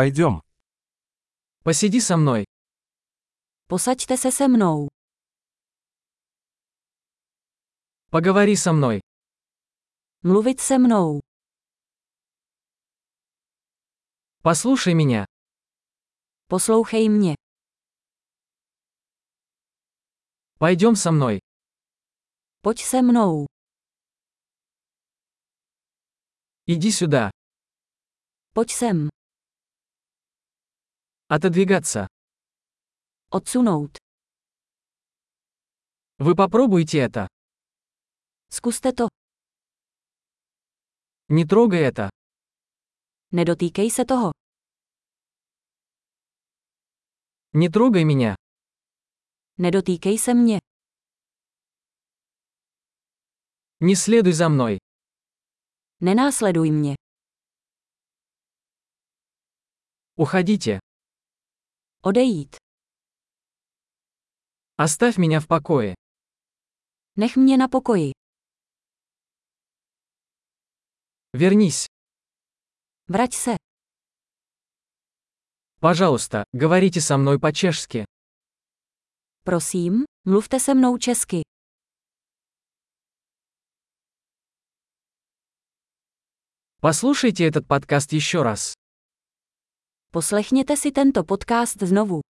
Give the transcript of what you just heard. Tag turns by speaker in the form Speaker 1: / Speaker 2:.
Speaker 1: Пойдем.
Speaker 2: Посиди со мной.
Speaker 3: Posaďte se se mnou.
Speaker 2: Поговори со мной.
Speaker 3: Mluvit se mnou.
Speaker 2: Послушай меня.
Speaker 3: Poslouchej mě.
Speaker 2: Пойдем со мной.
Speaker 3: Pojď se mnou.
Speaker 2: Иди сюда.
Speaker 3: Pojď sem.
Speaker 2: Отодвигаться.
Speaker 3: Odsunout.
Speaker 2: Вы попробуйте это.
Speaker 3: Zkuste to.
Speaker 2: Не трогай это.
Speaker 3: Nedotýkej se toho.
Speaker 2: Не трогай меня.
Speaker 3: Nedotýkej se mě.
Speaker 2: Не следуй за мной.
Speaker 3: Nenásleduj mě.
Speaker 2: Уходите.
Speaker 3: Odejít.
Speaker 2: Оставь меня в покое.
Speaker 3: Nech mě na pokoji.
Speaker 2: Вернись.
Speaker 3: Vrať se.
Speaker 2: Пожалуйста, говорите со мной по-чешски.
Speaker 3: Prosím, mluvte se mnou česky.
Speaker 2: Послушайте этот подкаст еще раз.
Speaker 3: Poslechněte si tento podcast znovu.